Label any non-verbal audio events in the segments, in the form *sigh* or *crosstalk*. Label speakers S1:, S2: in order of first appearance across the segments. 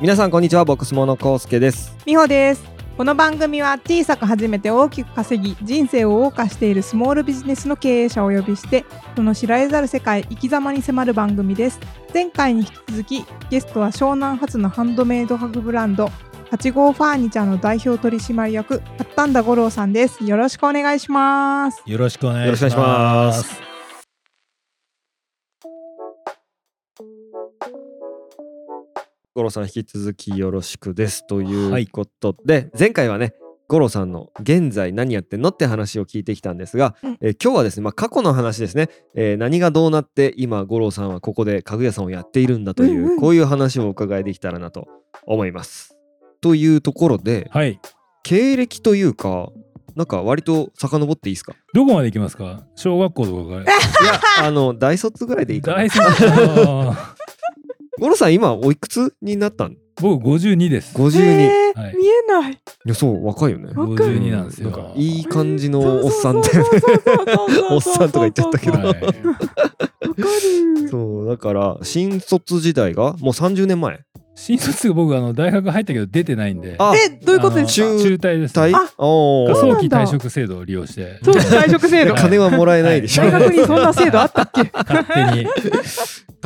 S1: 皆さんこんにちはボックスモノコウスケです
S2: 美穂ですこの番組は小さく始めて大きく稼ぎ人生を謳歌しているスモールビジネスの経営者をお呼びしてその知られざる世界生き様に迫る番組です前回に引き続きゲストは湘南発のハンドメイド家具ブランド8号ファーニチャーの代表取締役八田田五郎さんですよろしくお願いします
S3: よろしくお願
S1: よろ
S3: い
S1: し
S3: し
S1: くお願
S3: ま
S1: いし
S3: す。
S1: ます五郎さん引き続きよろしくですということで、前回はね五郎さんの現在何やってんのって話を聞いてきたんですが、
S2: うん
S1: えー今日はですね、まあ、過去の話ですね、えー何がどうなって今五郎さんはここで家具屋さんをやっているんだという、
S2: うんうん
S1: こういう話をお伺いできたらなと思います。というところで
S3: はい。
S1: 経歴というかなんか割と遡っていいですか
S3: どこまで行きますか小学校とかから。
S1: いや、あの、大卒ぐらいでいいかな
S3: 大。好き。
S1: ゴロさん、今、おいくつになったん
S3: 僕52です。
S1: ?52。い
S2: えー
S3: はい
S2: 見えない
S1: や、そう、若いよね。
S2: 若い
S3: 52なんですよ。
S1: なかいい感じのおっさんだよね。おっさんとか言っちゃったけど
S3: はい
S2: わかる
S1: そう、だから、新卒時代が、もう30年前。
S3: 新卒僕あの大学入ったけど出てないんで。
S1: あ、
S2: えどういうことです
S3: あ
S2: か
S3: の中退ですね、
S1: 大
S2: あ
S1: お
S2: そう
S1: ー
S3: 早
S2: なん
S3: 期
S2: だ
S3: 退職制度を利用して
S2: そう退職制度
S3: はい
S1: 金はもらえないでしょ。
S2: 大学にそんな制度あったっけ
S3: 勝手にあ
S1: 勝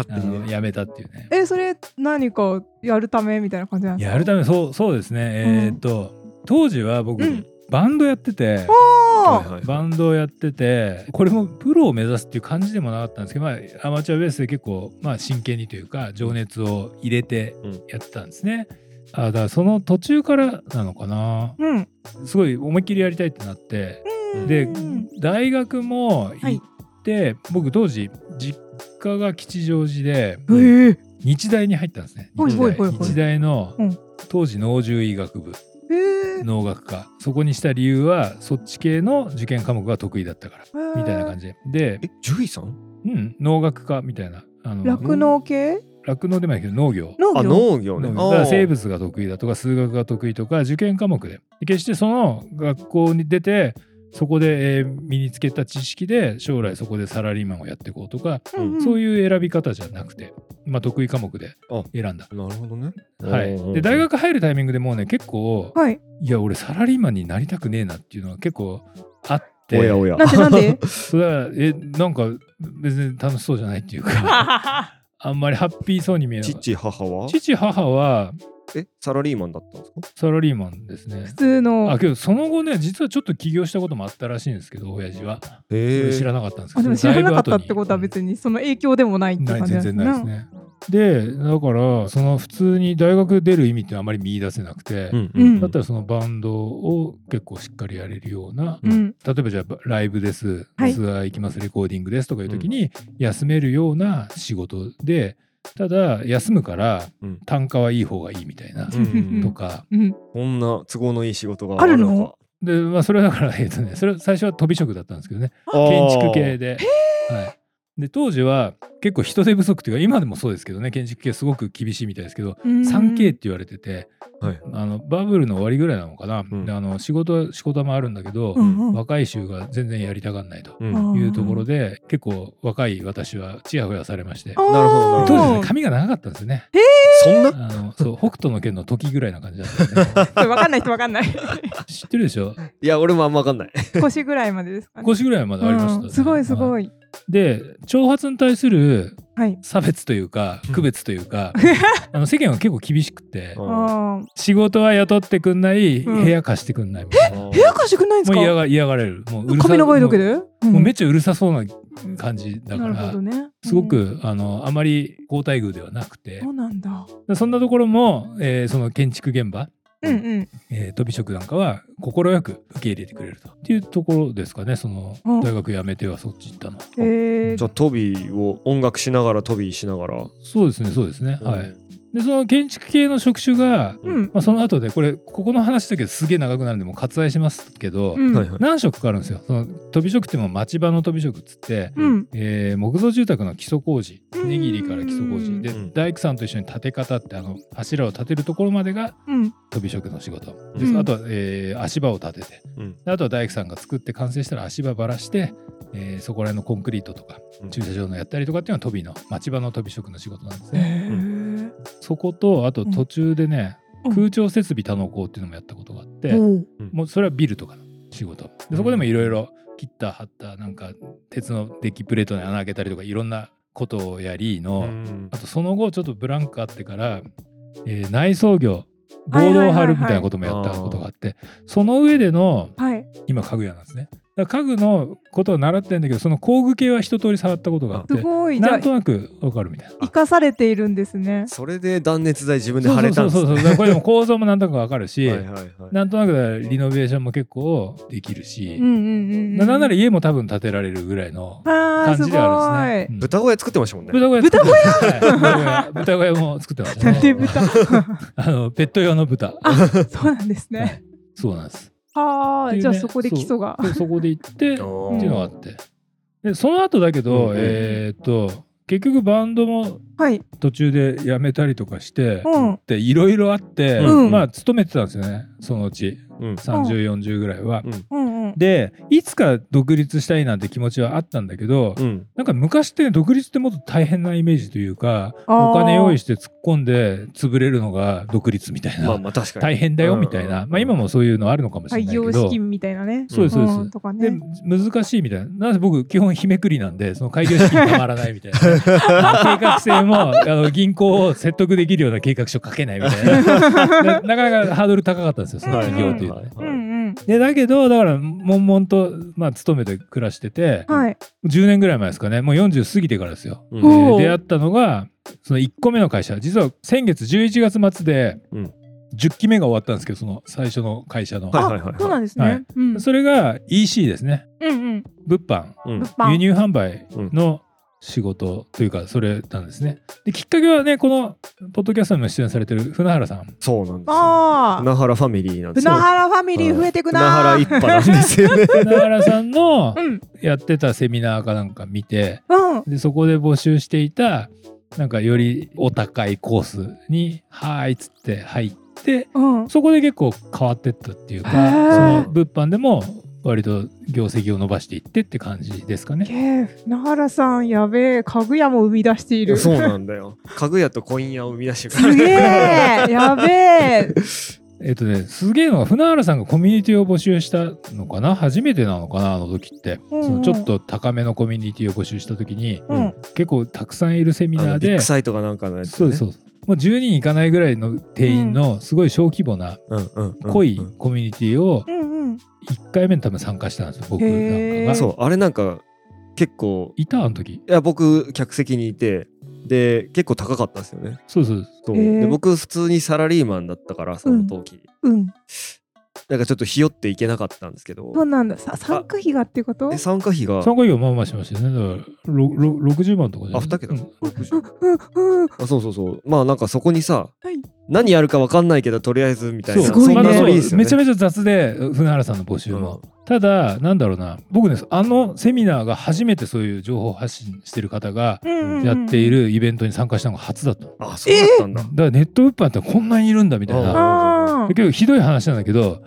S1: 手に
S3: の
S1: ね。
S3: 辞めたっていうね。
S2: *laughs* えそれ何かやるためみたいな感じなんですか
S3: やるためそうそうですね。えーっと当時は僕、
S2: うん
S3: バンドやってて。
S2: お
S1: はい
S2: ー
S1: はい
S3: *laughs* バンドをやっててこれもプロを目指すっていう感じでもなかったんですけど、まあ、アマチュアベースで結構、まあ、真剣にというか情熱を入れて
S1: うん
S3: やってたんですね。あだからその途中からなのかな
S2: うん
S3: すごい思いっきりやりたいってなって
S2: うん
S3: で
S2: うん
S3: 大学も行って、僕当時実家が吉祥寺で
S2: えー
S3: 日大に入ったんですね
S2: ほい
S3: 日
S2: ほいほい
S3: 大
S2: ほい
S3: 日大の
S2: うん
S3: 当時農獣医学部
S2: えー
S3: 農学科そこにした理由はそっち系の受験科目が得意だったからみたいな感じでで
S1: え、獣医さん
S3: うん、農学科みたいな。あの
S2: 酪農系
S3: 酪農でもないけど農業。
S2: 農
S1: あ、
S2: 業
S1: 農業ね。
S3: 農業
S1: あー
S3: だから生物が得意だとか数学が得意とか受験科目で。で決してその学校に出てそこで、えー身につけた知識で将来そこでサラリーマンをやっていこうとか、
S1: うん
S3: そう
S2: い
S3: いう選び方じゃなくて、まあ、得意科目で
S1: あ
S3: 選んだ。
S1: なるほどね。
S3: はい、で大
S1: 学
S3: 学入るタイミングでもうね結構
S2: はい
S3: いや俺サラリーマンになりたくねえなっていうのは結構あって
S1: おやおや。
S2: なんでなん
S3: *laughs*
S2: で
S3: それはえなんか別に楽しそうじゃないってい
S1: *laughs*
S3: うか。あんまりハッピーそうに見えない。
S1: 父、母は
S3: 父、母は
S1: え、サラリーマンだったんですか
S3: サラリーマンですね
S2: 普。通の
S3: あ、けどその後ね、実はちょっと起業したこともあったらしいんですけど、親父は。
S1: へ
S3: 俺知
S1: ー
S3: らなかったんですけ
S2: あ
S3: ど。
S2: でも知らなかったってことは
S3: に
S2: 別にその影響でもないっ
S3: うん
S2: て
S3: ない、
S2: 感じ
S3: 全然ないですね。で、だから、その普通に大学出る意味ってあまり見出せなくて、
S1: うん
S2: うん
S3: だったらそのバンドを結構しっかりやれるような、
S2: うんうん
S3: 例えばじゃあライブです、
S2: はい
S3: ツアー行きますレコーディングですとかいう時に休めるような仕事でただ休むから
S1: うん
S3: 単価はいい方がいいみたいな
S1: うんうん
S3: とか、
S2: うん
S1: こんな都合のいい仕事が
S2: あるの
S1: か
S3: で、まあ、それはだから、えっとね、それは最初は飛び職だったんですけどね
S1: あー
S3: 建築系で,、はい、で当時は結構人手不足っていうか今でもそうですけどね建築系すごく厳しいみたいですけど 3K って言われてて、
S1: はい
S3: あのバブルの終わりぐらいなのかな、
S1: ん
S3: であの仕事は仕事もあるんだけど、
S2: うんうん
S3: 若い衆が全然やりたがんないと。
S1: うん
S2: あー
S3: いうところで、結構若い私はちやほやされまして
S2: あー
S1: なるほどなるほど
S3: 当時は
S1: う
S3: ね髪が長かったんですよね
S1: そんな
S3: あのそう北斗の拳の時ぐらいな感じだったん
S2: *laughs*
S3: で、ね、
S2: これわかんない人わか
S3: *laughs*
S2: んない
S3: 知ってるでしょ
S1: いや俺もあんま分かんない。
S2: 腰ぐらいまでですかね
S3: 腰ぐらいまでありましたね、
S2: うんすごいす
S3: は
S2: ごい
S3: で挑発に対する
S2: はい
S3: 差別というか
S1: うん
S3: 区別という
S2: *laughs*
S3: か、あの世間は結構厳しくて
S1: う
S2: あ
S1: ん
S2: ー
S3: 仕事は雇ってくんない、
S2: うん
S3: 部屋貸してくんないみたいな
S1: *laughs*
S3: も
S2: 部屋貸してくんないんです
S3: う
S2: か
S3: 嫌が嫌がられるもううるさ
S2: 髪長いだけで
S3: も
S2: も
S3: うもうめっ
S2: ち
S3: ちゃうるさそうな感じだか
S2: なる
S3: ら、
S2: ほどね
S3: すご
S2: うん
S3: くあのあまり好待遇ではなくて
S2: そうなんだ
S3: そんなところも、えーその建築現場、
S2: うんうん
S3: えー飛び職なんかは快く受け入れてくれるとっていうところですかねその
S2: うん
S3: 大学辞めてはそっち行ったのは、
S2: えー
S1: じゃあトビーを音楽しながらトビーしながら。
S3: そうですねそうですね、はい
S1: い。
S3: でその建築系の職種が、
S2: うん。
S3: まあ、その後でこれここの話だけですげえ長くなるんでもう割愛しますけど、
S2: うん。
S1: はいはい。
S3: 何職かあるんですよその飛び職っていうのも町場の飛び職っつって、
S2: うん。
S3: えー木造住宅の基礎工事
S2: うん
S3: 値切りから基礎工事で
S1: うん
S3: 大工さんと一緒に建て方ってあの柱を立てるところまでが
S2: うん。
S3: 飛び職の仕事で
S2: うん
S3: あとは、えー足場を立てて
S1: うん
S3: であとは大工さんが作って完成したら足場ばらして、えーそこら辺のコンクリートとか
S1: うん
S3: 駐車場のやったりとかっていうのは飛びの町場の飛び職の仕事なんです
S2: へ
S3: ね。
S2: ー
S3: そことあと途中でね、
S2: うん
S3: 空調設備多能工っていうのもやったことがあって、
S2: おう
S3: もうそれはビルとかの仕事でそこでもいろいろ切った貼ったなんか鉄のデッキプレートに穴開けたりとかいろんなことをやりの、
S1: うん
S3: あとその後ちょっとブランクあってから、えー内装業ボードを張るみたいなこともやったことがあって、その上での
S2: はい。
S3: 今家具屋なんですねだから家具のことを習ってんだけどその工具系は一通り触ったことがあっ
S2: す
S3: て
S2: ごい。じゃ
S3: な
S2: あ
S3: ん、となくわかるみたいな。
S2: 生かされているんですね。
S1: それで断熱材自分で貼れたんです
S3: そうそうそうそうだからこれでも構造もなんとなくわかるし、
S1: はいはいはい。
S3: なんとなくリノベーションも結構できるし、
S2: うんうんうん。
S3: ななんなら家も多分建てられるぐらいの
S2: ああ、
S3: 感
S2: す
S3: じ
S2: ご
S3: ではあるんで
S2: い
S3: す。ね。
S1: 豚小屋作ってましたもんね。
S3: 豚小屋
S2: 豚小
S3: 屋豚小屋も作ってました
S2: な
S3: ね
S2: んで豚
S3: あのペット用の豚
S2: あ、 *laughs* そうなんです
S3: は
S2: ね
S3: い。そうなんです
S2: あ
S3: って
S2: あ、
S3: いうね
S2: じゃあそこで基礎が。
S3: でそこで行ってって
S1: おー
S3: いうのがあってでその後だけど、
S1: うん
S3: えーっと結局バンドも
S2: はい。
S3: 途中で辞めたりとかして、
S2: うん。
S3: でいろいろあって、
S1: うん
S3: まあ勤めてたんですよねそのうち
S1: うん
S3: 3040ぐらいは。
S2: うんうん。
S3: でいつか独立したいなんて気持ちはあったんだけど、
S1: うん
S3: なんか昔って独立ってもっと大変なイメージというか
S2: あー
S3: お金用意して突っ込んで潰れるのが独立みたいな、
S1: まあまあ確かに。
S3: 大変だよみたいな、
S1: うん
S3: まあ、今もそういうのあるのかもしれ
S2: 開
S3: ないけ
S2: 業
S3: ど
S2: 資。金みたいなね。
S3: そうですそうです
S2: んとか *laughs*
S3: で
S2: ね。
S3: 難しいみたいな。なぜ僕基本日めくりなんでその開業資金たまらないみたいな。
S1: *laughs*
S3: 計画性もあの銀行を説得できるような計画書書けないみたい
S1: *laughs*
S3: な。ななかなかハードル高かったんですよその
S1: はい
S3: 企業というのはね。
S2: う
S1: はい
S2: んうん。
S3: でだけどだから悶々と、まあ、勤めて暮らしてて、
S2: はい。
S3: 10年ぐらい前ですかねもう40過ぎてからですよ、
S1: うん
S3: で
S2: おー
S3: 出会ったのがその1個目の会社実は先月11月末で
S1: うん
S3: 10期目が終わったんですけどその最初の会社の、
S1: はいはいはいは
S2: あ
S1: い、
S2: そうなんです
S3: は
S2: ね
S3: い。
S2: うん。
S3: それが EC ですね
S2: うんうん。
S3: 物販
S1: うん
S2: 物販。
S3: 輸入販売の仕事というかそれなんですねできっかけはねこのポッドキャストにも出演されてる船原さん
S1: そうなんですよ。
S2: ああ。
S1: 船原ファミリーなんです
S2: 船
S1: よ。
S2: 原ファミリー増えてくな
S1: は
S2: ー。
S1: い船原一派なんですよね。
S3: 船原さんの
S2: うん
S3: やってたセミナーかなんか見て、
S2: うん。
S3: でそこで募集していたなんかよりお高いコースに「はーい」っつって入って
S2: うん。
S3: そこで結構変わってったっていうか
S2: へー
S3: その物販でも割と業績を伸ばしていってって感じですかね。
S2: け船原さんやべえ家具屋も生み出している
S1: そうなんだよ。家具屋とコイン屋を生み出してる
S2: すげえやべえ
S3: えっとねすげえのが船原さんがコミュニティを募集したのかな初めてなのかなあの時って、
S2: うんうん
S3: そのちょっと高めのコミュニティを募集した時に
S2: うん
S3: 結構たくさんいるセミ
S1: あ
S3: ナー
S1: のビッ
S3: で
S1: グサイトかなんかのやつ、
S3: そう
S1: ね。
S3: です
S1: う
S3: そうですもう10人いかないぐらいの定員のすごい小規模な
S1: うんうんうん
S3: 濃いコミュニティを
S2: うんうん
S3: 1回目に多分参加したんですよ僕なん
S2: へ
S3: か
S2: ー
S3: が。
S1: そうあれなんか結構
S3: いたあの時
S1: いや僕客席にいてで結構高かったんですよね。
S3: そうそう
S1: そう
S2: へー
S1: で僕普通にサラリーマンだったからその時、
S2: うん
S1: なんかちょっとひよっていけなかったんですけど
S2: そうなんださ参加費がってこと
S1: で参加費が
S3: 参加費はまあまあしましたよねだからろろ60万とかじゃ
S1: あ二桁
S3: うん
S2: うんうんうん
S1: あそうそうそうまあなんかそこにさ、
S2: はい
S1: 何やるか分かんないけどとりあえずみたいな
S2: すごいね
S1: そんなノリですよね。
S3: めちゃめちゃ雑で船原さんの募集も、ただなんだろうな僕ねあのセミナーが初めてそういう情報発信してる方が
S2: うんうん
S3: やっているイベントに参加したのが初だったの、
S1: あそうだったん
S3: だ
S1: だ
S3: か。らネット物販ってこんなにいるんだみたい
S1: あ
S3: な
S2: あー
S3: 結構ひどい話なんだけど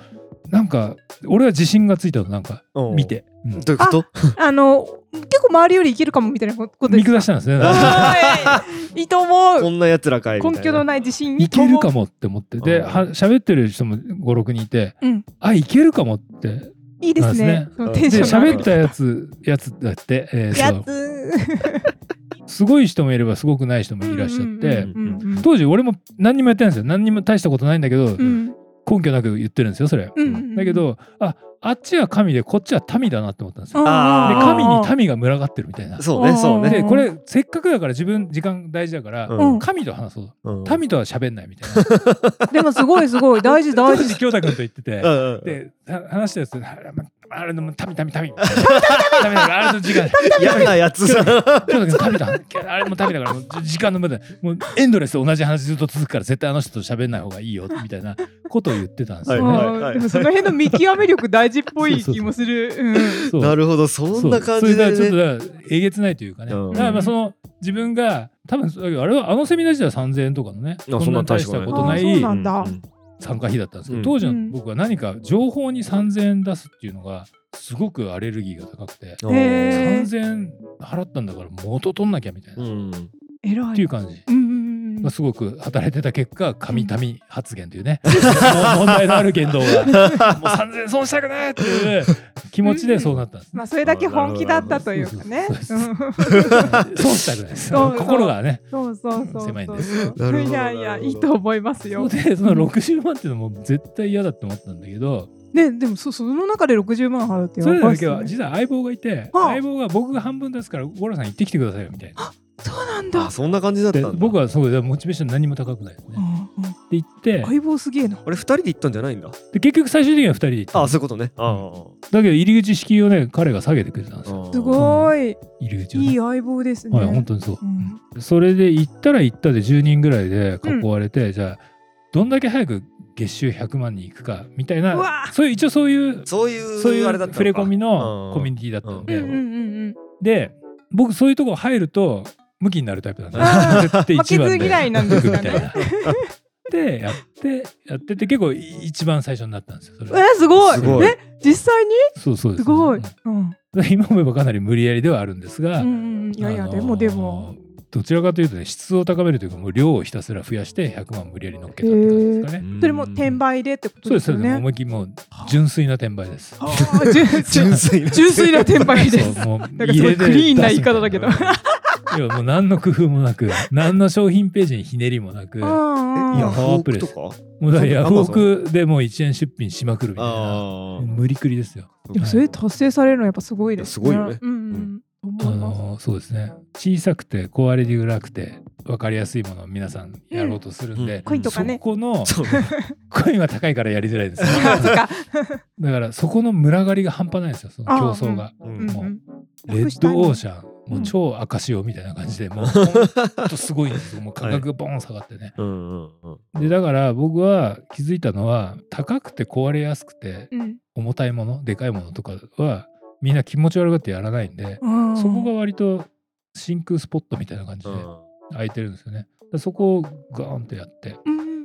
S3: なんか俺は自信がついたのなんか
S1: うん
S3: 見。て、うん
S1: どういうこと
S2: あの結構周りよりいけるかもみたいなことで
S3: 見
S2: す
S3: 下したんですねなんか
S2: おいいいと
S1: こ
S2: 思うん
S1: なやつらかいみたい
S2: 根
S1: な。
S2: 拠のない自信
S3: いけるか
S2: も
S3: もって思ってで
S1: うん
S3: は喋ってる人も56人いて、
S2: うん
S3: あいけるかもって
S2: いいですねそ
S1: な
S2: の
S1: ん
S2: テ
S1: で
S2: ン
S1: す
S2: シ
S3: で
S1: ね
S2: ョンの
S3: 喋ったやつやつだって、えー
S2: や
S3: そう
S2: つ
S3: すごい人もいればすごくない人もいらっしゃって、
S2: うんうんうん
S3: 当時俺も何にもやってないんですよ何にも大したことないんだけど、
S2: うん
S3: 根拠なく言ってるんですよそれ、
S2: うんうん
S3: だけどああっちは神でこっちは民だなって思ったんですよ、
S1: あー
S3: で神に民が群がってるみたいな
S1: そうね、そうね。
S3: でこれせっかくだから自分時間大事だから、
S1: うん
S3: 神と話そう
S1: うん
S3: 民とは喋んないみたいな
S2: でもすごいすごい大事
S3: *laughs* 当
S2: 大事
S3: 時京太君と言ってて
S1: うんうん
S3: では話したやつであまあれのも、たみたみた
S1: *laughs*
S3: み。たみたみたみ。あれの時間。
S1: 嫌なやつ
S3: *laughs*
S1: だ。
S3: 今日だけ食べたあれも食べたからもう時間の無駄もうエンドレスで同じ話ずっと続くから絶対あの人と喋んない方がいいよみた
S1: *laughs*
S3: いなことを言ってたんですよね。
S1: はいはい
S2: あーでもその辺の見極め力大事っぽい気もする。うん
S3: そう
S1: なるほど、そんな感じで、
S3: そうそれ
S1: ね。
S3: がちょっとだからえげつないというかね、
S1: うん
S3: だからまあその自分が多分そうだけどあれはあのセミナー自体は3000円とかのね
S1: あ
S3: そんな大したことな
S2: そんな大し
S3: い
S2: たことない
S1: うん
S3: 参加費だったんですけど、
S1: うん
S3: 当時の僕は何か情報に3000円出すっていうのがすごくアレルギーが高くて、
S1: うん
S2: へー
S3: 3000円払ったんだから元取んなきゃみたいな、
S1: う
S3: っ
S1: ん
S2: 偉
S3: てい
S2: い。
S3: う感じ。
S2: うんうんうん
S3: がすごく働いてた結果、神民発言というね、 *laughs* もう問題のある言動
S2: *laughs*
S3: が、もう3000円損したくないっていう気持ちでそうなったんです。
S2: まあそれだけ本気だったというかね。
S3: そう
S2: うん
S3: 損したくないです。
S2: そう
S3: 心がね、
S2: そうそうそうそう。
S3: 狭いんです
S1: なるほど
S2: いやい
S1: な
S2: や
S1: るほど
S2: いいと思います
S3: そ
S2: よ
S3: う。でその60万っていうのも絶対嫌だって思ったんだけど
S2: ねでもそその中で60万払うって
S3: それ
S2: やばいっ
S3: だ
S2: す
S3: け
S2: ね
S3: は実は相棒がいて
S2: はあ
S3: 相棒が僕が半分出すから五郎さん行ってきてくださいよみたいな
S2: そうなんだ
S1: あ。そんな感じだった
S3: で
S1: んだ。
S3: 僕はそうだからモチベーション何も高くないです
S2: う
S3: ね
S2: んうん
S3: って言って
S2: 相棒すげえな。
S1: あれ、二人で行ったんじゃないんだ。
S3: で結局最終的には2人で行った
S1: あ
S3: ん
S1: あ、
S3: です
S1: そういうことね。あ
S3: だけど入り口敷居をね彼が下げてくれたんですよ
S1: あ。
S2: すごい
S3: 入り口をね
S2: いい相棒ですね。
S3: はい本当にそう
S2: うん
S3: それで行ったら行ったで10人ぐらいで囲われてじゃあどんだけ早く月収100万に行くかみたいうな
S2: わ
S3: そういう一応そういう
S1: そういう、
S3: そういう
S1: あれだったのか
S3: 触れ込みのコミュニティだったの
S2: う
S3: で
S2: んうんうん
S3: で僕そういうとこ入るとムキになるタイプなんで
S2: あー
S3: 絶対一番
S2: 負けず嫌いなんですかね
S3: 僕みたいなでやってやってて結構い一番最初になったんですよそれ
S2: うん。
S3: は
S2: えすごい
S1: すごい。
S2: え実際に
S3: そうそうですす
S2: ごい。
S3: うん
S2: うん
S3: 今思えばかなり無理やりではあるんです
S2: う
S3: が、
S2: んうんうんいやい
S3: あ
S2: や
S3: のー
S2: でもでも。
S3: どちらかというとね質を高めるというかもう量をひたすら増やして100万無理やり乗っけたって感じですかね、
S1: うん
S2: それも転売でってこ
S3: そ
S2: と
S3: うで
S2: ですす
S3: そう
S2: よ
S3: です
S2: ね。
S3: 思いっきりもう純粋な転売です
S2: あー純
S1: *laughs* 純粋な。
S2: 純粋な転売です。
S3: そうもう
S2: なんかすごいクリーンな言い方だけど
S3: 入れて出すみたいないやもう何の工夫もなく何の商品ページにひねりもなくも
S1: い
S2: い
S1: や、
S3: や
S1: フォークとか
S3: うだからヤフオ
S1: Amazon
S3: クでもう1円出品しまくるみたいな
S1: あ
S3: もう無理くりですよ、
S2: でもそれ達成されるのはやっぱすごいですね。
S1: すごいよね
S2: うんうん。
S3: あ
S2: 思います。
S3: のーそうですね小さくて壊れりづらくて分かりやすいものを皆さんやろうとするんで、
S1: うん
S2: コインとかね
S3: そ。この
S1: そうね
S3: コインは高いからやりづら
S2: *laughs*
S3: いですよ
S2: あそっか
S3: だからそこの群がりが半端ないんですよその競争が、
S1: う
S2: うん
S1: ん
S2: うん
S3: レッドオーシャン
S2: うん
S3: もう超赤潮みたいな感じで、
S2: *laughs*
S3: もうほんとすごいんですよもう価格がボーン下がってね、
S1: うんうんうん、
S3: でだから僕は気づいたのは高くて壊れやすくて
S2: うん
S3: 重たいものでかいものとかはみんな気持ち悪がってやらないんで、
S2: うん
S3: そこが割と真空スポットみたいな感じで空いてるんですよねでそこをガーンとやって
S2: うんうんうん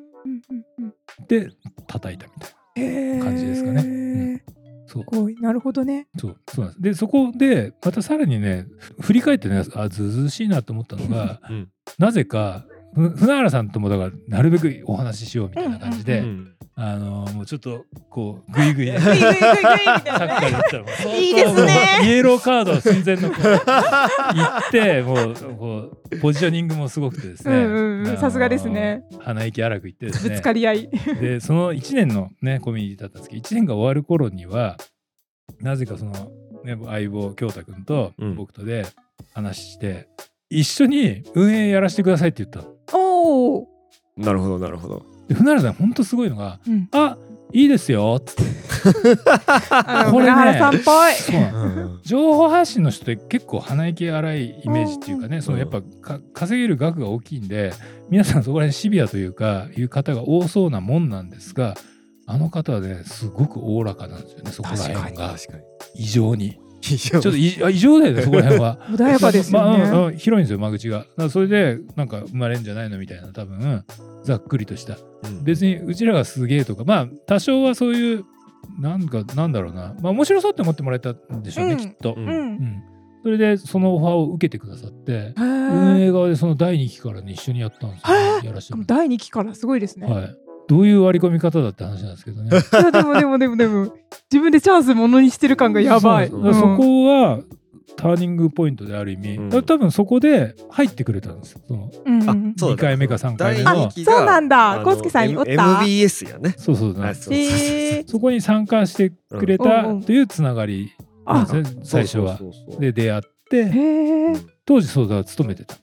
S2: うん
S3: で叩いたみたい
S2: へー
S3: 感じですかねうんなそう
S2: すごいなるほどね。
S3: そうそうなんですでそこでまたさらにね振り返ってねあずうずうしいなと思ったのが
S1: うん
S3: なぜかふ船原さんともだからなるべくお話ししようみたいな感じで、
S2: う
S1: うん
S3: あのもうちょっとこうグイグ
S2: *laughs*
S3: イサ
S2: グイグイグ
S3: ッ
S2: イグイみた
S3: カ
S2: いな
S3: ー
S2: ね。
S3: だったらもう相当
S2: いいですね
S3: もうイエローカード寸前のこ
S2: *laughs*
S3: う行ってもうこうポジショニングもすごくてですね
S2: うんうんうん
S3: あの
S2: さすがですね
S3: 鼻息荒く言ってです
S2: ぶ
S3: ね
S2: つかり合い。
S3: でその1年のねコミュニティだったんですけど1年が終わる頃にはなぜかその、ね、相棒京太君と
S1: うん
S3: 僕とで話して、一緒に運営やらせてくださいって言ったの
S2: おお。
S1: なるほどなるほど。
S3: で船原さんほんとすごいのが
S2: うん
S3: 「あいいですよ」っつって
S2: あの
S3: これ
S2: 村原
S3: ね
S2: さんっぽい。
S3: そうなの情報発信の人って結構鼻息荒いイメージっていうかね、そのやっぱか稼げる額が大きいんで皆さんそこら辺シビアというかいう方が多そうなもんなんですがあの方はねすごくおおらかなんですよねそこら辺が
S1: かに。
S3: 異常に。
S1: ちょ
S3: *laughs* ちょっといあ異常だよね、そこら辺は。
S2: 穏 *laughs* やかですよ
S3: まあうん
S2: ね。
S3: うん広いんですよ、間口が。だからそれで、なんか生まれんじゃないのみたいな、多分、ざっくりとした。別に、うちらがすげえとか、まあ、多少はそういう、なんか、なんだろうな。まあ、面白そうって思ってもらえたんでしょうね、
S2: うん
S3: きっと、
S1: う
S3: うんん。
S2: うん。
S3: それで、そのオファーを受けてくださって、
S2: へ
S3: 運
S2: ー
S3: 営側でその第2期からね、一緒にやったんですよ、
S2: へー
S3: やら
S2: し
S3: せ
S2: てか
S3: も
S2: も第2期からすごいですね。
S3: らってはい。どういう割り込み方だって話なんですけどね。
S2: いやでもでもでもでも自分でチャンスものにしてる感がやばい。
S3: そうなんです
S2: うん
S3: だからそこはターニングポイントである意味、
S1: うん
S3: だから多分そこで入ってくれたんですよその
S2: うんうん
S1: あそうだ
S3: 2回目か3回目
S1: 第
S3: の
S1: 二期が
S2: そうなんだ
S1: あの
S2: コウスケさんにおった
S1: M- MBS やね。
S3: そうそう
S1: あ
S3: な
S1: そうそうそう
S2: へー
S3: そこに参加してくれた
S2: うん
S3: というつながりなんですね、最初は
S1: そうそうそうそう
S3: で出会って
S2: へー
S3: 当時そうだ勤めてた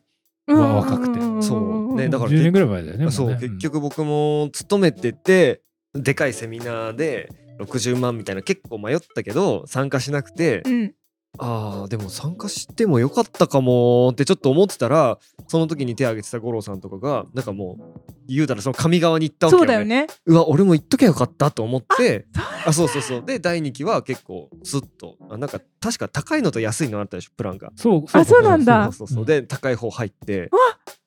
S2: うん
S3: わ若くて
S2: んんんん
S1: そうねだから
S3: 10年ぐらい前だよねもうね
S1: そう
S3: うん
S1: 結局僕も勤めててでかいセミナーで60万みたいな結構迷ったけど参加しなくて、
S2: うん
S1: あーでも参加してもよかったかもってちょっと思ってたらその時に手挙げてた五郎さんとかがなんかもう言うたらその上側に行ったわけ
S2: そ
S1: よ、
S2: う
S1: ね、
S2: だよね
S1: うわ俺も言っときゃよかったと思ってあそうそうそうで第2期は結構スッとあなんか確か高いのと安いのあったでしょプランが
S3: そう
S2: あそうなんだ
S1: そうそうそうで高い方入って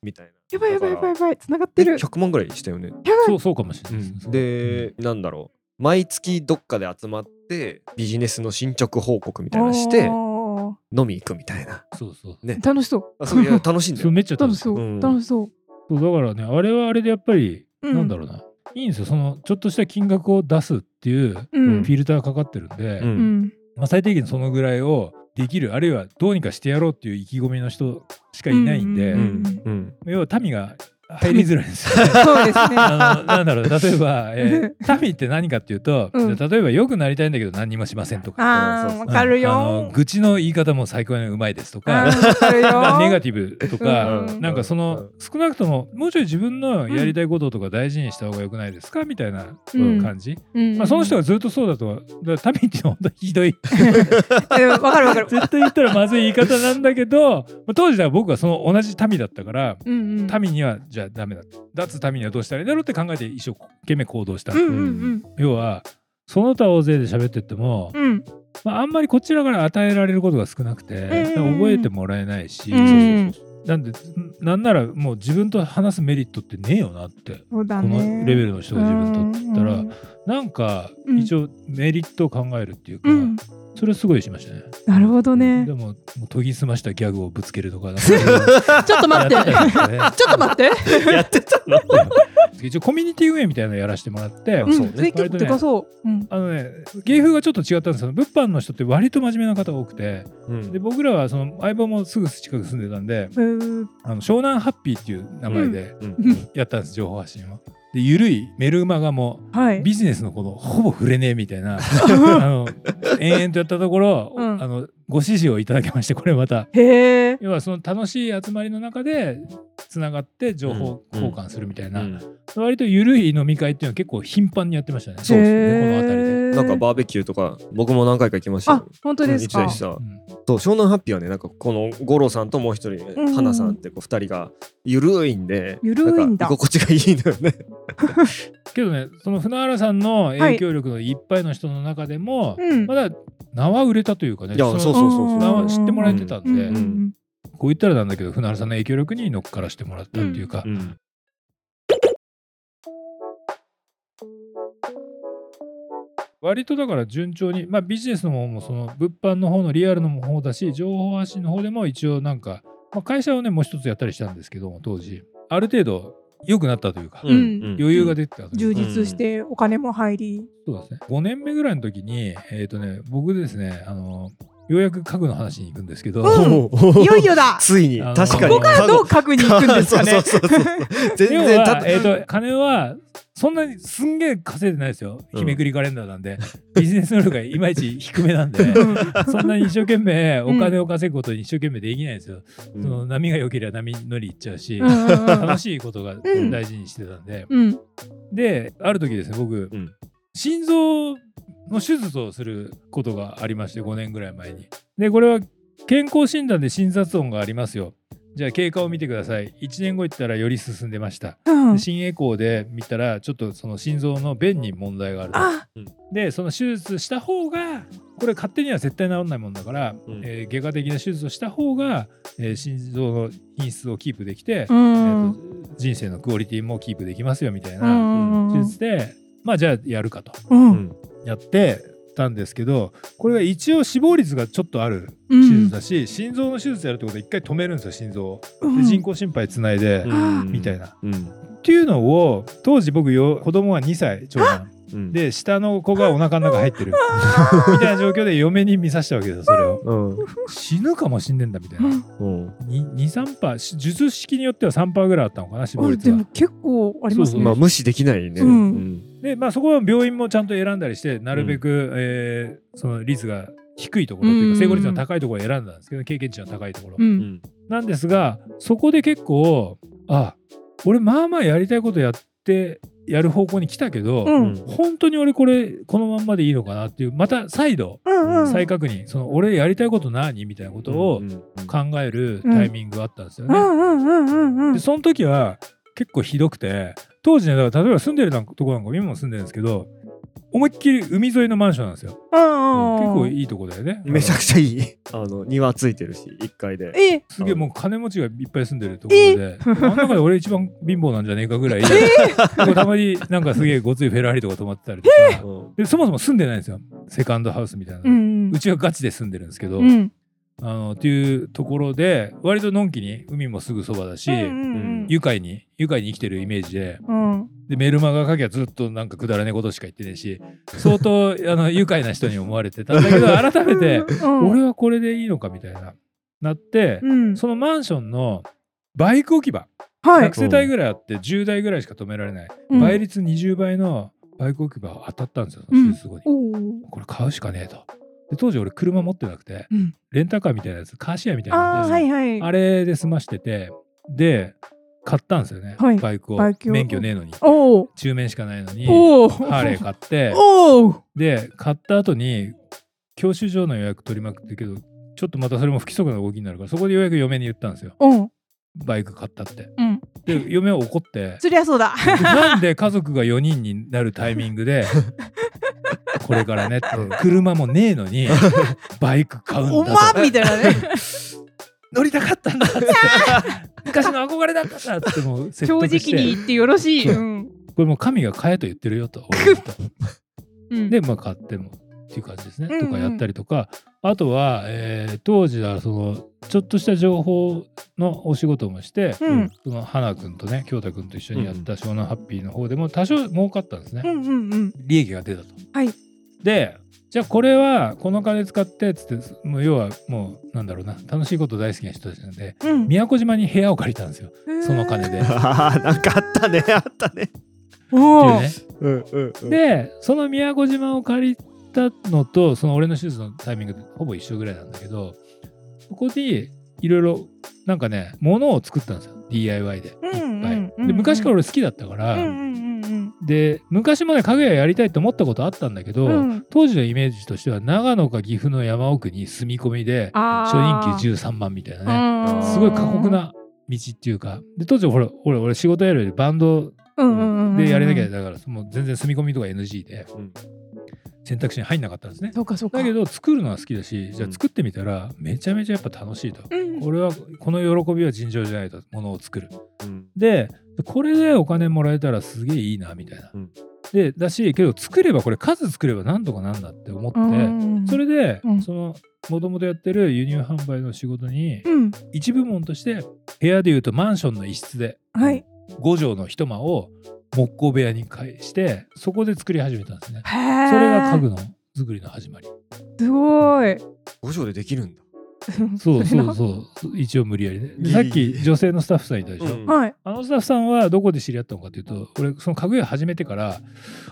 S1: みたいな
S2: やばいやばいやばいやばい繋がっ
S1: え
S2: てる
S1: 100万ぐらいしたよね
S3: そうそうかもしれないです、そう
S1: でなんだろう毎月どっかで集まってビジネスの進捗報告みたいなのして
S2: おー
S1: 飲み行くみたいな
S3: そうそう
S2: 楽しそう
S1: あそういや楽しいんだ
S3: *laughs* そ
S1: よ
S3: うめっちゃ楽
S2: 楽
S3: し
S2: し
S3: い
S2: そう、
S1: うん
S2: 楽しそう
S3: そうだからねあれはあれでやっぱり、
S2: うん
S3: なんだろうないいんですよそのちょっとした金額を出すっていうフ
S2: うん
S3: ィルターがかかってるんで、
S1: うん
S2: うん
S3: まあ、最低限そのぐらいをできるあるいはどうにかしてやろうっていう意気込みの人しかいないんで、
S2: うん
S1: うん
S3: 要は民が入りづらいんですよね。
S2: そうですね
S3: *laughs* あのなんだろう例えば、え
S2: *laughs*
S3: ー、民って何かっていうと、
S2: うん
S3: じゃあ例えば良くなりたいんだけど何にもしませんとか
S2: あーわかるよ
S3: あの愚痴の言い方も最高にうまいですと
S2: あ
S3: か
S2: ーわかる
S3: ま *laughs* あネガ
S2: よ
S3: ティブと
S1: う
S3: か、
S2: うん
S3: なんかその、少なくとももうちょい自分のやりたいこととか大事にした方が良くないですかみたいな
S2: うん
S3: 感じ、
S2: うん
S3: まあ、その人がずっとそうだとはだから民って本当にひどい
S2: えわかるわかる
S3: 絶対言ったらまずい言い方なんだけど、まあ、当時は僕はその同じ民だったから *laughs*
S2: うんうん
S3: 民にはじゃあダメだ脱民にはどうしたらいいんだろうって考えて一生懸命行動した、
S2: うんうん
S3: 要はその他大勢で喋ってっても、
S2: うんうん
S3: まあ、あんまりこちらから与えられることが少なくて、
S2: うん
S3: 覚えてもらえないし、
S2: うん
S3: なんでなんならもう自分と話すメリットってねえよなって
S2: そうだ
S3: こ
S2: ね
S3: のレベルの人が自分とって言ったら、
S2: うん
S3: なんか
S2: うん
S3: 一応メリットを考えるっていうか、
S2: うん
S3: それはすごいしましたね。
S2: なるほどね
S3: でももう研ぎ澄ましたギャグをぶつけるとかなんかそういうの
S2: ちょっと待って
S3: やってたりとかね
S2: *laughs* ちょっと待って
S1: やってたの *laughs*
S3: 一応コミュニティ運営みたいなのやらせてもらって、
S1: んそうね
S2: それ結構でかそううん
S3: あのね芸風がちょっと違ったんですけど物販の人って割と真面目な方が多くて *laughs*
S1: うん
S3: で僕らはその相棒もすぐ近く住んでたんで
S2: うー
S3: あの湘南ハッピーっていう名前で
S1: うん
S2: うん
S3: やったんです、情報発信を。で緩いメルマガも
S2: はい
S3: ビジネスのことほぼ触れねえみた
S1: *laughs*
S3: いなあの延々とやったところ、
S2: うん
S3: あのご支持をいただきましてこれまた
S2: へえ
S3: 要はその楽しい集まりの中でつながって情報交換するみたいな、
S1: うん
S3: 割と緩い飲み会っていうのは結構頻繁にやってましたね。
S1: そうですね
S3: この辺りで
S2: で
S1: なんかバーベキューとか僕も何回か行きました
S2: あ
S1: よ
S2: 本当で
S1: うん
S2: す
S1: 一緒
S2: か
S1: にした
S3: うん
S1: そう湘南ハッピーはねなんかこの五郎さんともう一人、ね
S2: うん
S1: 花さんってこう二人がゆるいんで
S2: ゆるいんだ
S1: なか居心地がいいんだよね。
S3: けどねその船原さんの影響力のいっぱいの人の中でも、
S2: うん
S3: まだ名は売れたというかね
S1: いやそう
S3: の
S1: そうそう
S3: 名
S1: そ
S2: あ
S1: う
S3: は知ってもらえてたんで、
S2: うんうんうん
S3: こう言ったらなんだけど船原さんの影響力に乗っからしてもらったっていうか、
S1: うん。
S3: 割とだから順調に、まあ、ビジネスの方もその物販の方のリアルの方だし情報発信の方でも一応なんか、まあ、会社をねもう一つやったりしたんですけども当時ある程度良くなったというか、
S1: うん
S3: 余裕が出てたという
S2: 充
S3: か、
S2: 実してお金も入り
S3: そうですね5年目ぐらいの時にえっ、とね僕ですねあのようやく家具の話に行くんですけど、
S2: うんいよいよだ
S1: *laughs* ついに
S3: あの
S1: 確かに。
S3: ここから
S2: どう確認行くんですかね
S1: そうそうそうそう全
S3: 要
S1: 然た
S3: は、えー、と金はそんなにすんげえ稼いでないですよ、
S1: うん
S3: 日めくりカレンダーなんでビジネス能力がいまいち低めなん
S2: *laughs*
S3: で
S2: うん
S3: そんなに一生懸命お金を稼ぐことに一生懸命できないんですよ、
S1: うん
S3: その波が良ければ波に乗り行っちゃうし、
S2: うんうんうん
S3: 楽しいことが
S2: ん
S3: 大事にしてたんで、
S2: うん
S3: である時ですね僕、
S1: うん
S3: 心臓の手術をすることがありまして5年ぐらい前にでこれは健康診断で診察音がありますよじゃあ経過を見てください1年後行ったらより進んでました
S2: うん
S3: で心エコーで見たらちょっとその心臓の弁に問題があると
S2: あ
S3: でその手術した方がこれ勝手には絶対治らないもんだから、
S1: うん
S3: えー外科的な手術をした方が、えー心臓の品質をキープできて、
S2: う
S3: え
S2: ん
S3: ーと人生のクオリティもキープできますよみたい
S2: うんう
S3: なん手術で、まあじゃあやるかと
S2: う
S1: うんん
S3: やってたんですけどこれが一応死亡率がちょっとある
S2: う
S3: 手
S2: ん
S3: 術だし、心臓の手術やるってことは一回止めるんですよ心臓を。
S2: うん
S3: で人工心肺つないで、
S1: うん
S3: みたいな。
S1: うん
S3: っていうのを当時僕よ子供が2歳長男
S1: うん
S3: で下の子がお腹の中入ってるみたいな状況で嫁に見させたわけですよそ
S2: *laughs*
S3: れを
S1: うん
S3: 死ぬかもしんねえんだみたいな
S1: うん
S3: 23%し術式によっては3%ぐらいあったのかな死亡
S2: あ
S3: 率
S2: でも
S3: が
S2: 結構あります
S3: そう
S1: まあ
S2: ね
S1: 無視できないね。
S2: うん
S3: でまあそこは病院もちゃんと選んだりしてなるべく、えーその率が低いところという
S2: うん
S3: か成功率の高いところを選んだんですけど経験値の高いところ、
S2: うん
S1: うん
S3: なんですがそこで結構あ俺まあまあやりたいことやってやる方向に来たけど、
S2: うん
S1: うん
S3: 本当に俺これこのまんまでいいのかなっていうまた再度
S2: うんうん
S3: 再確認、その俺やりたいこと何みたいなことを
S1: うんうん
S3: 考えるタイミングがあったんですよ
S2: う
S3: ね。
S2: んうんうんうんうん
S3: でその時は結構ひどくて当時ねだから例えば住んでるなんかとこなんか今も住んでるんですけど思いっきり海沿いのマンションなんですよ
S2: うんうん
S3: 結構いいとこだよね
S1: めちゃ
S3: ち
S1: くちゃいいあの庭ついてるし1階で
S2: え
S3: ゃすげえもう金持ちがいっぱい住んでるところであの中で俺一番貧乏なんじゃねえかぐらい結構たまになんかすげえごついフェラーリとか泊まってたりとか
S1: うん
S3: でそもそも住んでないんですよセカンドハウスみたいな
S2: う
S3: の、
S2: ん
S3: うちはガチで住んでるんですけど、
S2: うん
S3: あのっていうところで割とのんきに海もすぐそばだし、
S2: うん
S3: 愉快に愉快に生きてるイメージで
S2: うん
S3: でメルマガ書きはずっとなんかくだらねえことしか言ってねえし相当あの愉快な人に思われてたんだけど改めて
S2: うん
S3: 俺はこれでいいのかみたいななって
S2: うん
S3: そのマンションのバイク置き場
S2: はい
S3: 100世帯ぐらいあって10台ぐらいしか止められない
S2: うん
S3: 倍率20倍のバイク置き場が当たったんですよその手術後に。
S2: おー
S3: これ買うしかねえと。で当時俺車持ってなくて、
S2: うん
S3: レンタカーみたいなやつカーシェアみたいな
S2: あ
S3: や
S2: ー
S3: つ、
S2: はいはい
S3: あれで済ましててで買ったんですよね、
S2: はい
S3: バイクを
S2: バイクを
S3: 免許ねえのに
S2: おー
S3: 中免しかないのにハ
S2: お
S3: ーレー
S2: ー
S3: 買って
S2: おー
S3: で買った後に教習所の予約取りまくってるけどちょっとまたそれも不規則な動きになるからそこでようやく嫁に言ったんですよ
S2: うん
S3: バイク買ったって
S2: うん
S3: で嫁は怒
S2: *laughs*
S3: って
S2: そりゃそうだ
S3: なんで家族が4人になるタイミング
S2: *laughs*
S3: でこれからねって車もねえの
S2: *laughs*
S3: にバイク買うん
S2: お
S3: だ
S2: ま
S3: と
S2: んみたいなね
S3: 乗りたかったんだ
S2: *laughs*
S3: って昔の憧れだったんだってもう説
S2: 正
S3: 得
S2: 直
S3: して
S2: に言ってよろしいうん
S3: これもう神が買えと言ってる
S2: *laughs*
S3: よと俺は言った
S2: うん
S3: でまあ買ってもっていう感じですね、
S2: うんうん
S3: とかやったりとかあとは、えー当時はそのちょっとした情報のお仕事もして、
S2: うん
S3: その花君とね京太君と一緒にやった湘南ハッピーの方でも多少儲かったんですね、
S2: うんうんうん
S3: 利益が出たと。
S2: はい
S3: でじゃあこれはこの金使ってっつってもう要はもうなんだろうな楽しいこと大好きな人たちなんで
S2: うん
S3: 宮古島に部屋を借りたんですよってその金で
S1: あー *laughs* なんかあった *laughs* ねあったね
S2: お
S3: いう
S2: ー
S3: ね。
S1: うんうんうん
S3: でその宮古島を借りたのとその俺の手術のタイミングでほぼ一緒ぐらいなんだけどそこでいろいろなんかね物を作ったんですよ DIY でいっぱい。
S2: うんうんうん
S3: で昔から俺好きだったから、
S2: うんうんうん
S3: で昔もね家具屋やりたいと思ったことあったんだけど、
S2: うんうん
S3: 当時のイメージとしては長野か岐阜の山奥に住み込みで初任給13万みたいなね
S1: あー
S3: すごい過酷な道っていうかで当時ほら俺俺仕事やるよりバンドでやれなきゃ
S2: ゃ
S3: だからもう全然住み込みとか NG で
S1: うん
S3: 選択肢に入んなかったんですね
S2: そうかそうか
S3: だけど作るのは好きだしじゃあ
S1: うん
S3: 作ってみたらめちゃめちゃやっぱ楽しいと
S2: うん
S3: これはこの喜びは尋常じゃないとものを作る
S1: うん
S3: でこれでお金もらえたらすげえいいなみたいな
S1: うん
S3: でだしけど作ればこれ数作ればなんとかなんだって思ってそれで、
S2: うん
S3: そのもともとやってる輸入販売の仕事に
S2: うん
S3: 一部門として部屋でいうとマンションの一室で
S2: はい
S3: 5畳の一間を木工部屋に返してそこで作り始めたんです
S2: へ
S3: ね。
S2: ー
S3: それが家具の作りの始まり。
S2: すごい
S1: 五条でできるんだ
S3: そ
S2: そ
S3: う
S2: れ *laughs*
S3: そ
S2: な
S3: うそう一応無理やりね。で
S1: いい
S3: さっき女性のスタッフさんいたでしょ。
S1: うん
S2: はい
S3: あのスタッフさんはどこで知り合ったのかというと俺その家具屋始めてから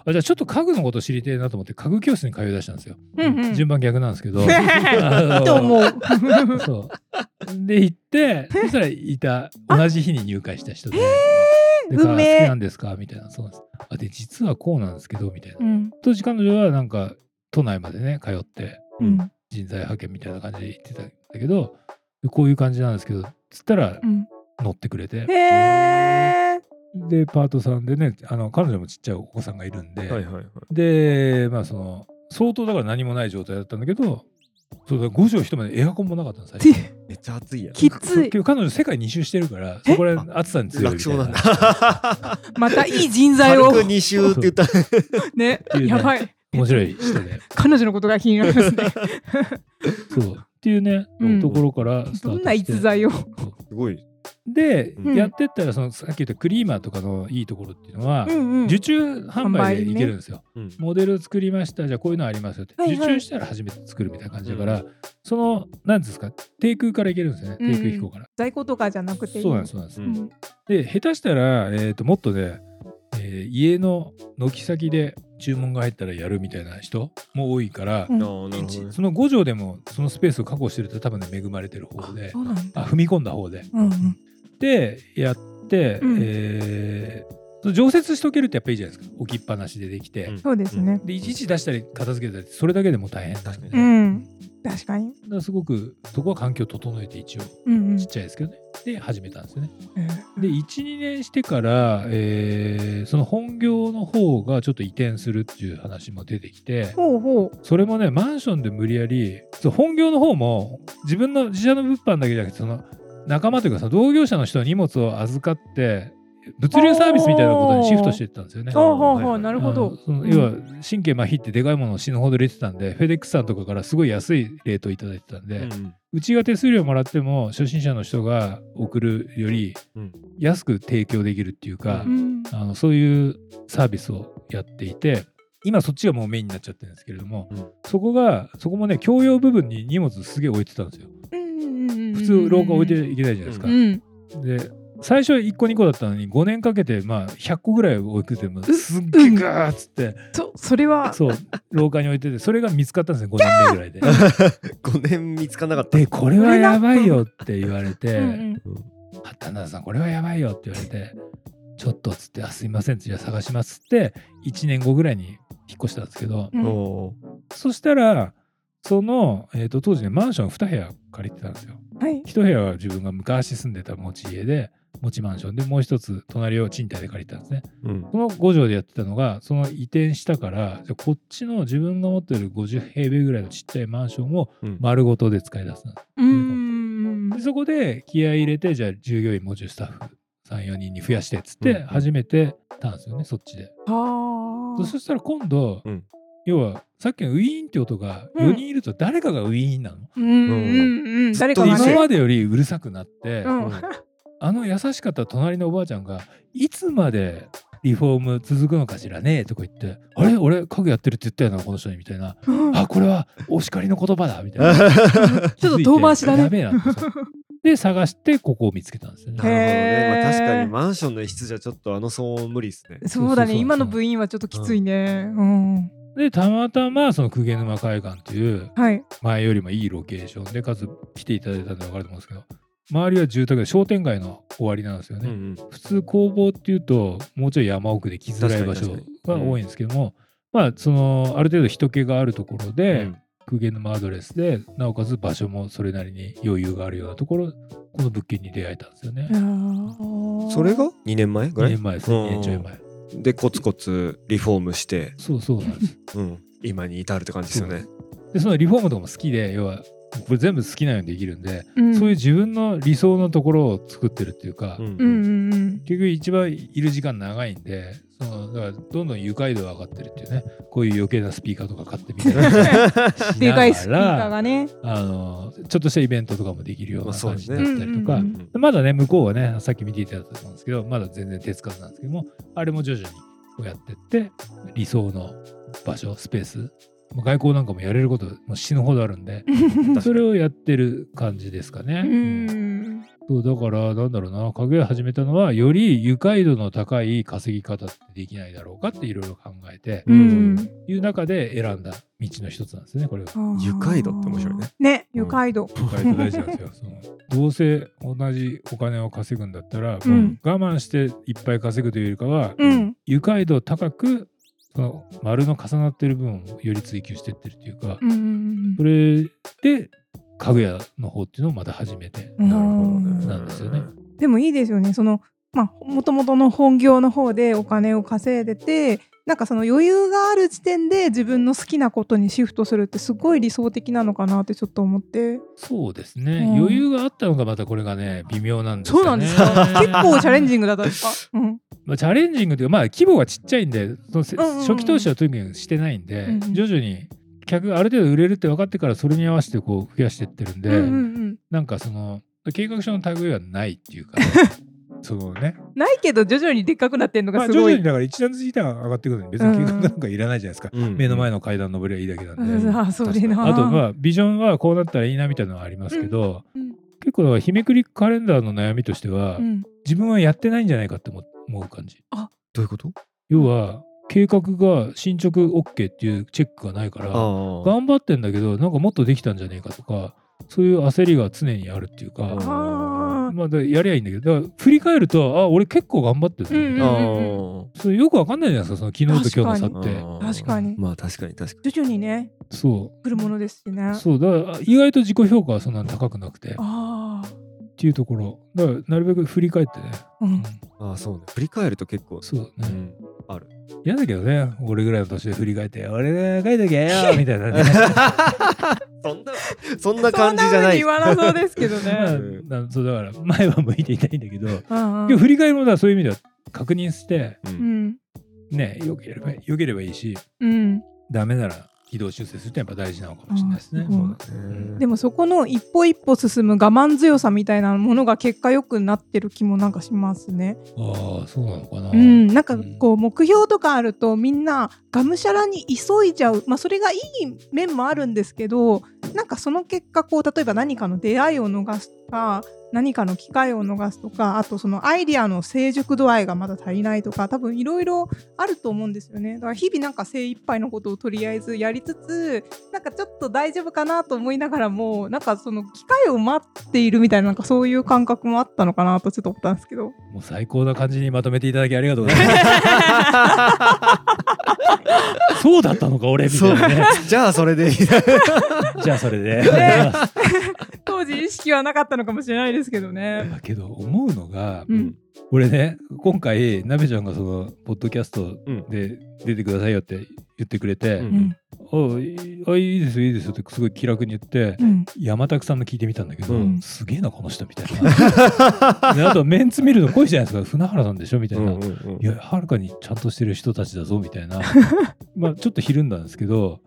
S3: あじゃあちょっと家具のこと知りてえなと思って家具教室に通い出したんですよ。
S2: うんうん
S3: 順番逆なんですけど。
S2: *laughs* いいと思 *laughs* う
S3: そう。で行って、そしたらいた同じ日に入会した人で、で
S2: うめえ
S3: 好きなんですかみたいな、そうなんです。あで実はこうなんですけどみたいな。
S2: うん
S3: 当時彼女はなんか都内までね通って
S2: うん
S3: 人材派遣みたいな感じで行ってたんだけど、でこういう感じなんですけど、つったら
S2: うん
S3: 乗ってくれて、
S2: へー
S3: でパートさんでね、あの彼女もちっちゃいお子さんがいるんで、
S1: はいはいはい
S3: でまあその相当だから何もない状態だったんだけど。そうだ5畳一までエアコンもなかったの最初
S2: て
S1: めっちゃ暑いやん
S2: きつい
S3: 結局彼女世界二周してるからそこら辺暑さに強い
S1: 楽
S3: みたい
S1: 勝なんだ *laughs*
S2: またいい人材
S1: 軽
S2: を
S1: く2周って言った
S2: ね
S3: ていうね
S2: やばい
S3: 面白い人で
S2: 彼女のことが気になりますね
S3: そうっていうね、
S2: うん
S3: ところからスタートして
S2: どんな逸材を
S3: そう
S1: すごい
S3: で、
S1: うん
S3: やってったらそのさっき言ったクリーマーとかのいいところっていうのは、
S2: うんうん
S3: 受注販売でいけるんですよ、
S1: うん
S3: モデルを作りましたじゃあこういうのありますよって、
S2: はいはい
S3: 受注したら初めて作るみたいな感じだから、その何ですか低空からいけるんですよね
S2: うんうん
S3: 低空飛行から、
S2: 在庫とかじゃなくていい
S3: そうなんですそうなんです、
S1: うん
S3: で下手したら、えー、ともっとね、えー家の軒先で注文が入ったらやるみたいな人も多いから、
S2: うん
S1: あーなるほどね
S3: その5畳でもそのスペースを確保してると多分ね恵まれてる方で
S2: そうなんだ
S3: あ踏み込んだ方で
S2: うんうん
S3: でやって、
S2: うん
S3: えーその常設しとけるってやっぱいいじゃないですか置きっぱなしでできて、
S1: うん
S2: そうですね。
S3: でいちいち出したり片付けたりそれだけでも大変なんで
S1: 確かにう
S2: う。
S1: ん
S2: 確かに。
S3: だからすごくそこは環境を整えて一応
S2: うんうん
S3: ちっ。ちゃいですけどねで始めたんですよね
S2: え
S3: で12年してから、えーその本業の方がちょっと移転するっていう話も出てきて
S2: ーほうほう。
S3: それもねマンションで無理やりそう本業の方も自分の自社の物販だけじゃなくてその仲間というかその同業者の人の荷物を預かって物流サービスみたいなことにシフトしていったんですよね。
S2: ほうほうほ
S1: は
S2: う。
S1: い
S2: なるほ
S3: あの
S2: ど。
S3: その
S2: うん
S3: 要は神経麻痺ってでかいものを死ぬほど入れてたんで、フェデックスさんとかからすごい安いレートをいただいてたんで、う
S1: うん
S3: ちが手数料もらっても初心者の人が送るより
S1: うん
S3: 安く提供できるっていうか、
S2: うん。
S3: あのそういうサービスをやっていて今そっちがもうメインになっちゃってるんですけれども、
S1: うん
S3: そこがそこもね共用部分に荷物すげえ置いてたんですよ
S2: うんうんうんうん
S3: 普通廊下置いていけないじゃないですか、
S2: うん。
S3: で最初1個2個だったのに5年かけてまあ100個ぐらい置いててもすっげえガーッつって、
S2: そそれは。
S3: そう廊下に置いててそれが見つかったんですね5年目ぐらいで。
S1: 5年見つかんなかった
S3: でこれはやばいよって言われて
S2: うんうん
S3: 「田中さんこれはやばいよ」って言われて「ちょっと」っつって「あすいません」じゃあ探しますって1年後ぐらいに引っ越したんですけど、
S2: うん
S1: おー
S3: そしたらその、えー、と当時ねマンション2部屋借りてたんですよ。
S2: はい。
S3: 1部屋は自分が昔住んでた持ち家で持ちマンションでもう一つ隣を賃貸で借りてたんですね。
S1: うん
S3: この5畳でやってたのがその移転したからじゃあこっちの自分が持ってる50平米ぐらいのちっちゃいマンションを
S1: うん
S3: 丸ごとで使い出すの
S2: うーん
S3: で。そこで気合い入れてじゃあ従業員もうちょいスタッフ34人に増やしてっつって
S1: うん
S3: 始めてたんですよね、そっちで。
S2: は
S3: そ
S2: あ。
S3: そしたら今度、
S1: うん
S3: 要はさっきのウィーンって音が
S2: うん
S3: 4人いると誰かがウィーンなの。
S2: うんうんうん。誰かが
S3: 今
S2: ね。
S3: までよりうるさくなって、
S2: うん
S1: うん
S3: あの優しかった隣のおばあちゃんがいつまでリフォーム続くのかしらねとか言って「あれ俺家具やってるって言ったよなこの人に」みたいな
S2: う
S3: 「
S2: ん
S3: あこれはお叱りの言葉だ」
S1: *laughs*
S3: みたいな。
S2: ちょっと遠回しだ
S3: や
S2: ね。
S3: べえな
S2: *laughs*
S3: ってそうで探してここを見つけたんですよ
S1: なるほど
S3: ね。
S1: ね、まあ、
S2: へー
S1: 確かにマンションの一室じゃちょっとあの騒音無理ですね。
S2: そうだ
S3: そうそうそう
S2: ね。
S3: そう
S2: 今の部員はちょっときついね。うん。
S3: でたまたまその鵠沼海岸という
S2: はい。
S3: 前よりもいいロケーションでかつ来ていただいたんで分かると思うんですけど周りは住宅で商店街の終わりなんですよ
S1: うん
S3: ね。
S1: うん
S3: 普通工房っていうともうちょい山奥で来づらい場所
S1: 確かに確か
S3: が
S1: にうん
S3: 多いんですけども、まあそのある程度人気があるところ
S1: う
S3: で
S1: ん
S3: 空間のアドレスでなおかつ場所もそれなりに余裕があるようなところこの物件に出会えたんですよね。
S1: それが
S2: う
S1: 2年前ぐ
S3: 2
S1: らい
S3: 年前ですね
S1: うん
S3: 2年ちょい前。
S1: でコツコツリフォームして、
S3: そうそうなんです。
S1: うん、今に至るって感じですよね。
S3: でそのリフォームとかも好きで要はこれ全部好きなようにできるんで、
S2: ん
S3: そういう自分の理想のところを作ってるっていうか、
S1: *laughs* うん
S2: うんうんうん。
S3: 結局一番いる時間長いんでそのだからどんどん愉快度が上がってるっていうねこういう余計なスピーカーとか買ってみたりとか
S1: *laughs*
S3: し
S2: で
S3: な
S2: かいスピー
S3: が
S2: カー
S3: ら
S2: が
S3: *laughs*
S2: ね。
S3: あのちょっとしたイベントとかもできるよう
S1: ま
S3: な
S1: あそう
S3: 感
S1: で
S3: じ
S1: す
S3: に
S1: ね
S3: なったりと
S2: う
S3: か
S2: んうん。
S3: まだね向こうはねさっき見ていただいたと思うんですけどまだ全然手つかずなんですけどもあれも徐々にこうやってって理想の場所スペースまあ外交なんかもやれることもう死ぬほどあるんで
S1: かに
S3: それをやってる感じですかね。
S2: うん。
S3: そうだからなんだろうな影絵始めたのはより愉快度の高い稼ぎ方ってできないだろうかっていろいろ考えて
S2: う
S1: うんん。
S3: いう中で選んだ道の一つなんですねこれが。
S1: 愉快度って面白いね。
S2: ね、
S1: うん
S2: 愉快度。
S3: 愉快度大事なんですよ *laughs* そのどうせ同じお金を稼ぐんだったら、
S2: う
S3: も
S2: ん
S3: う我慢していっぱい稼ぐというよりかは、
S2: うん。
S3: 愉快度高くその丸の重なってる部分をより追求してってるっていうか、
S2: うんうん
S3: それで家具屋の方っていうのをまた始めて。
S2: うん。
S1: なるほどね
S2: うん
S3: なんですよね
S2: でもいいですよね。その、まあ、もともとの本業の方でお金を稼いでて、なんかその余裕がある時点で自分の好きなことにシフトするってすごい理想的なのかなってちょっと思って。
S3: そうですね、
S2: うん
S3: 余裕があったのがまたこれがね微妙なんです
S2: そうな
S3: よ
S2: ん
S3: ね
S2: ですか。結構チャレン
S3: ング、
S2: ジングだったんですか。う
S3: *laughs*
S2: ん。
S3: まあ、チャレンジングというかまあ規模がちっちゃいんでそのせ
S2: うんうんうん
S3: 初期投資はとにかくしてないんで、
S2: うんうん
S3: 徐々に客がある程度売れるって分かってからそれに合わせてこう増やしてってるんで、
S2: うんうんうん。
S3: なんかその計画書の類はないってい
S2: *laughs*
S3: うかそのね、
S2: ないけど徐々にでっかくなってんの
S3: ま
S2: が
S3: あ、
S2: す
S3: 徐
S2: ご
S3: 々
S2: い
S3: に。だから一段ずつ板が上がってくるのに別に計画なんかいらないじゃないですか、
S1: うん
S3: 目の前の階段登りゃいいだけなんで、
S2: うんあ、それな。
S3: あとまあビジョンはこうなったらいいなみたいなのはありますけど、
S2: うんうん
S3: 結構だから日めくりカレンダーの悩みとしては、
S2: うん。
S3: 自分はやってないんじゃないかって思思う感じ
S1: どういうこと
S3: 要は計画が進捗 OK っていうチェックがないから
S1: ああ
S3: 頑張ってんだけどなんかもっとできたんじゃねえかとかそういう焦りが常にあるっていうか
S1: あ
S2: ああ。
S3: まあ、だからやりゃいいんだけど、だから振り返ると、あ、俺結構頑張ってる、
S2: うん
S1: あ
S3: それよくわかんないじゃないですか、その昨日と今日の差
S1: ー
S3: って。
S1: あー
S2: 確かに
S1: まあ確かに確か
S2: 徐々にね
S3: そ
S2: 来るものですしね
S3: う。そう、だから意外と自己評価はそんなに高くなくて、っ
S2: ああ
S3: ていうところ。だからなるべく振り返ってね。
S2: うん
S1: にあーそうね振り返ると結構
S3: そう
S1: う
S3: だね。
S1: んある
S3: 嫌だけどね、俺ぐらいの年で振り返って、俺が書いと
S2: *laughs*
S3: きゃよみたいなね。
S1: *laughs* そんなそんな感じじゃない。
S2: そんな風に言わなそうですけど
S3: まあ
S2: ね
S1: *laughs* うん
S3: なそうだから、前は向いていないんだけど、
S2: うんう
S3: で
S2: ん
S3: も振り返りもだからそういう意味では確認して、
S1: う
S2: うんん
S3: ね、よければよければいいし、
S2: うん
S3: ダメなら軌道修正するってやっぱ大事なのかもしれないですね。
S2: あーうん
S1: そうだね
S2: でもそこの一歩一歩進む我慢強さみたいなものが結果良くなってる気もなんかしますね。
S3: ああ、そうなのかな。
S2: うん、なんかこう目標とかあるとみんながむしゃらに急いじゃう、まあ、それがいい面もあるんですけどなんかその結果こう例えば何かの出会いを逃すとか何かの機会を逃すとかあとそのアイディアの成熟度合いがまだ足りないとか多分いろいろあると思うんですよねだから日々なんか精一杯のことをとりあえずやりつつなんかちょっと大丈夫かなと思いながらもなんかその機会を待っているみたいななんかそういう感覚もあったのかなとちょっと思ったんですけど。
S3: もう最高な感じにまとめていただきありがとうございます。
S2: *laughs*
S3: そうだったのか、俺
S1: *laughs*
S3: みた
S1: そ
S3: いうな
S1: ね
S3: ね。
S1: じゃあそれでいい
S3: じゃあそれ
S2: *laughs*
S3: で。
S2: ね当時意識はなかったのかもしれないですけどね。
S3: だけど思うのが、
S2: うん
S3: 俺ね今回なべちゃんがそのポッドキャストで出てくださいよって言ってくれて
S1: う
S2: う
S3: 「
S2: んん
S3: あいあいいですよいいですよ」ってすごい気楽に言って、
S2: うん
S3: 山田さんの聞いてみたんだけど、
S1: うん
S3: すげえなこの人みたいなであとメンツ見るの濃いじゃないですか船原さんでしょみたいな、
S1: うんうんうん
S3: いやはるかにちゃんとしてる人たちだぞみたいな *laughs* まあちょっとひるんだんですけど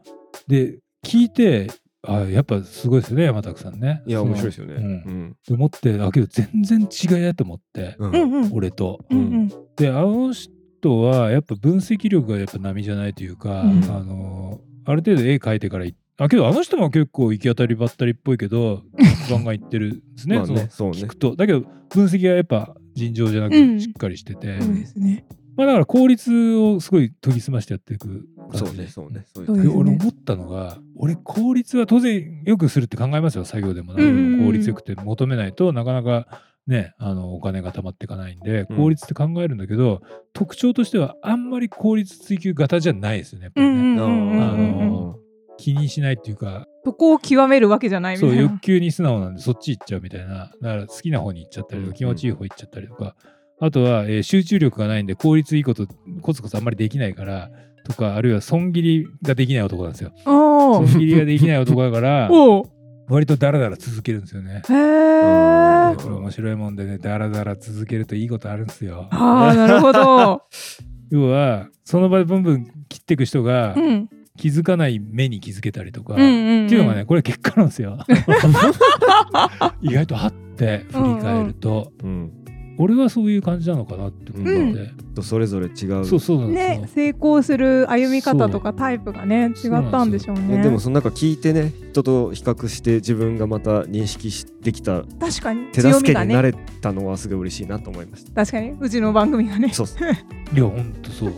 S3: で聞いてあやっぱすごいですよね山田さんね。
S1: いや
S3: その
S1: 面白いですよね
S3: う
S1: うんん
S3: って思ってだけど全然違いだと思って、
S1: う
S2: うん
S1: ん
S2: うん
S3: 俺と。
S2: うんうん
S3: であの人はやっぱ分析力がやっぱ並じゃないというか、
S2: うん
S3: あのある程度絵描いてからいあけどあの人も結構行き当たりばったりっぽい
S2: *laughs*
S3: けどガンガン行ってるんですね,、
S1: まあねそう
S3: 聞
S1: ね
S3: くとだけど分析がやっぱ尋常じゃな
S2: う
S3: く
S2: ん
S3: しっかりしてて、
S2: そうですね。
S3: まあだから効率をすごい研ぎ澄ましてやっていく感じ
S1: そうねそうねそうい
S2: そ
S1: う
S2: うで
S3: で
S2: ね
S3: す俺思ったのが俺効率は当然よくするって考えますよ作業でも、
S2: うんうんうん
S3: 効率よくて求めないとなかなかねあのお金が貯まっていかないんで
S1: うん
S3: 効率って考えるんだけど、特徴としてはあんまり効率追求型じゃないですよねやっぱ
S2: う
S3: り
S2: ん
S3: ね、
S2: うんうんうん
S1: あ
S2: うんうん。
S1: の
S3: 気にしないっていうか
S2: そこを極めるわけじゃないみた
S3: そう
S2: いな。
S3: 欲求に素直なんでそっち行っちゃうみたいなだから好きな方に行っちゃったりと
S1: うんう
S3: か
S1: ん
S3: 気持ちいい方行っちゃったりとか、あとは、えー集中力がないんで効率いいことコツコツあんまりできないからとかあるいは損切りができない男なんですよ。
S2: お
S3: 損
S2: ー
S3: 切りができない男だ
S2: *laughs*
S3: から
S2: おー。
S3: 割とダラダラ続けるんですよね。
S2: へえ。
S3: これ面白いもんでねダラダラ続けるといいことあるんですよ。
S2: ああなるほど。
S3: 要はその場でブンブン切っていく人が
S2: *laughs* うん
S3: 気づかない目に気づけたりとか、
S2: うんうんん。
S3: っていうのがねこれ結果なんですよ。意外とはって振り返ると、
S1: うん
S3: 俺はそういう感じなのかなって思って、
S1: とそれぞれ違う
S3: そうそうなんですよ。
S2: ね成功する歩み方とかタイプがね違ったんでしょう
S1: ね
S2: ね。
S1: でもそのなんか聞いてね人と比較して自分がまた認識しできた
S2: 確かに
S1: 手助
S2: 強み
S1: け
S2: が
S1: にな
S2: ね
S1: れたのはすごい嬉しいなと思いました。
S2: 確かにうちの番組がね。
S1: そうっす
S3: いやほんとそう。
S1: じ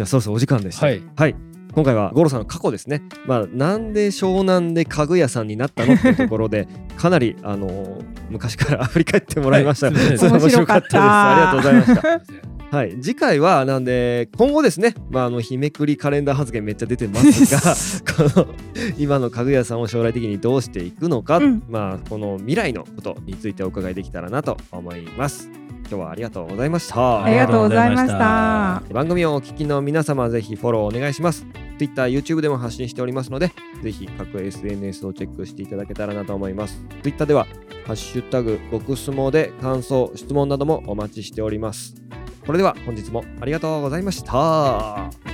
S1: ゃあそろそろお時間でした。
S3: はい
S1: 今回は五郎さんの過去ですね、まあ、なんで湘南で家具屋さんになったのっていうところでかなり、あのー昔から *laughs* 振り返ってもらいました、
S3: はいすいませ
S1: そ
S3: ん
S1: う面白かったですありがとうございまし
S3: すい *laughs* ません
S1: た、はい、次回はなんで今後ですね、まあ、あの日めくりカレンダー発言めっちゃ出てますが
S2: *laughs*
S1: この今の家具屋さんを将来的にどうしていくのか、
S2: うん
S1: まあ、この未来のことについてお伺いできたらなと思います今日はありがとうございました
S2: ありがとうございまし
S3: ありがとうございました
S2: た。
S1: 番組をお聞きの皆様ぜひフォローお願いします。Twitter、YouTube でも発信しておりますので、ぜひ各 SNS をチェックしていただけたらなと思います。Twitter では、ハッシュタグ、極相撲で感想、質問などもお待ちしております。それでは本日もありがとうございました。